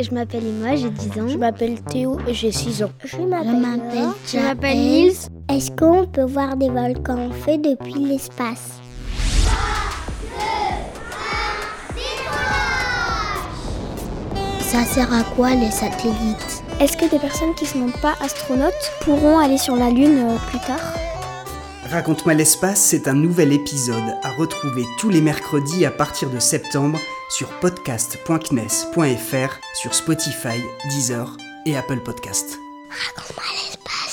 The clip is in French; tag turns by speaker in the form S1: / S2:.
S1: Je m'appelle Emma, j'ai 10 ans.
S2: Je m'appelle Théo et j'ai 6 ans.
S3: Je m'appelle
S4: Je m'appelle Nils.
S3: Est-ce qu'on peut voir des volcans en feu depuis l'espace
S5: Ça sert à quoi les satellites
S6: Est-ce que des personnes qui ne se nomment pas astronautes pourront aller sur la Lune euh, plus tard
S7: Raconte-moi l'espace, c'est un nouvel épisode à retrouver tous les mercredis à partir de septembre sur E podcast.knes.fr, sur Spotify, Deezer et Apple Podcast.
S5: Raconte-moi l'espace.